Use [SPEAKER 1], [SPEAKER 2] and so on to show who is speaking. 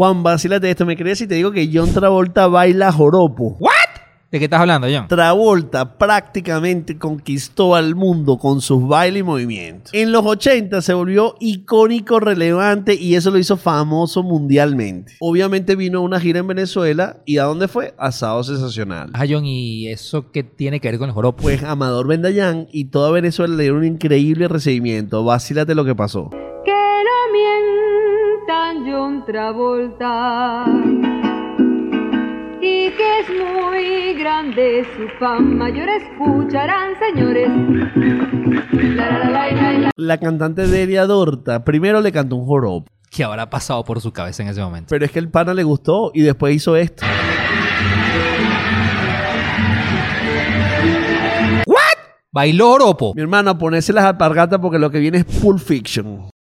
[SPEAKER 1] Juan, vacílate esto, me crees y te digo que John Travolta baila joropo.
[SPEAKER 2] ¿What? ¿De qué estás hablando, John?
[SPEAKER 1] Travolta prácticamente conquistó al mundo con sus bailes y movimientos. En los 80 se volvió icónico, relevante y eso lo hizo famoso mundialmente. Obviamente vino a una gira en Venezuela y ¿a dónde fue? Asado Sensacional.
[SPEAKER 2] Ah, John, ¿y eso qué tiene que ver con el joropo?
[SPEAKER 1] Pues Amador Bendayán y toda Venezuela le dieron un increíble recibimiento. Vacílate lo que pasó.
[SPEAKER 3] que no mientan John Travolta y que es muy grande su fama. Yo la escucharán, señores. La, la, la, la, la, la.
[SPEAKER 1] La cantante Delia Dorta primero le cantó un joropo,
[SPEAKER 2] ¿Qué habrá pasado por su cabeza en ese momento?
[SPEAKER 1] pero es que el pana le gustó y después hizo esto.
[SPEAKER 2] ¿Bailó joropo?
[SPEAKER 1] Mi hermano, ponerse las alpargatas porque lo que viene es Pulp Fiction.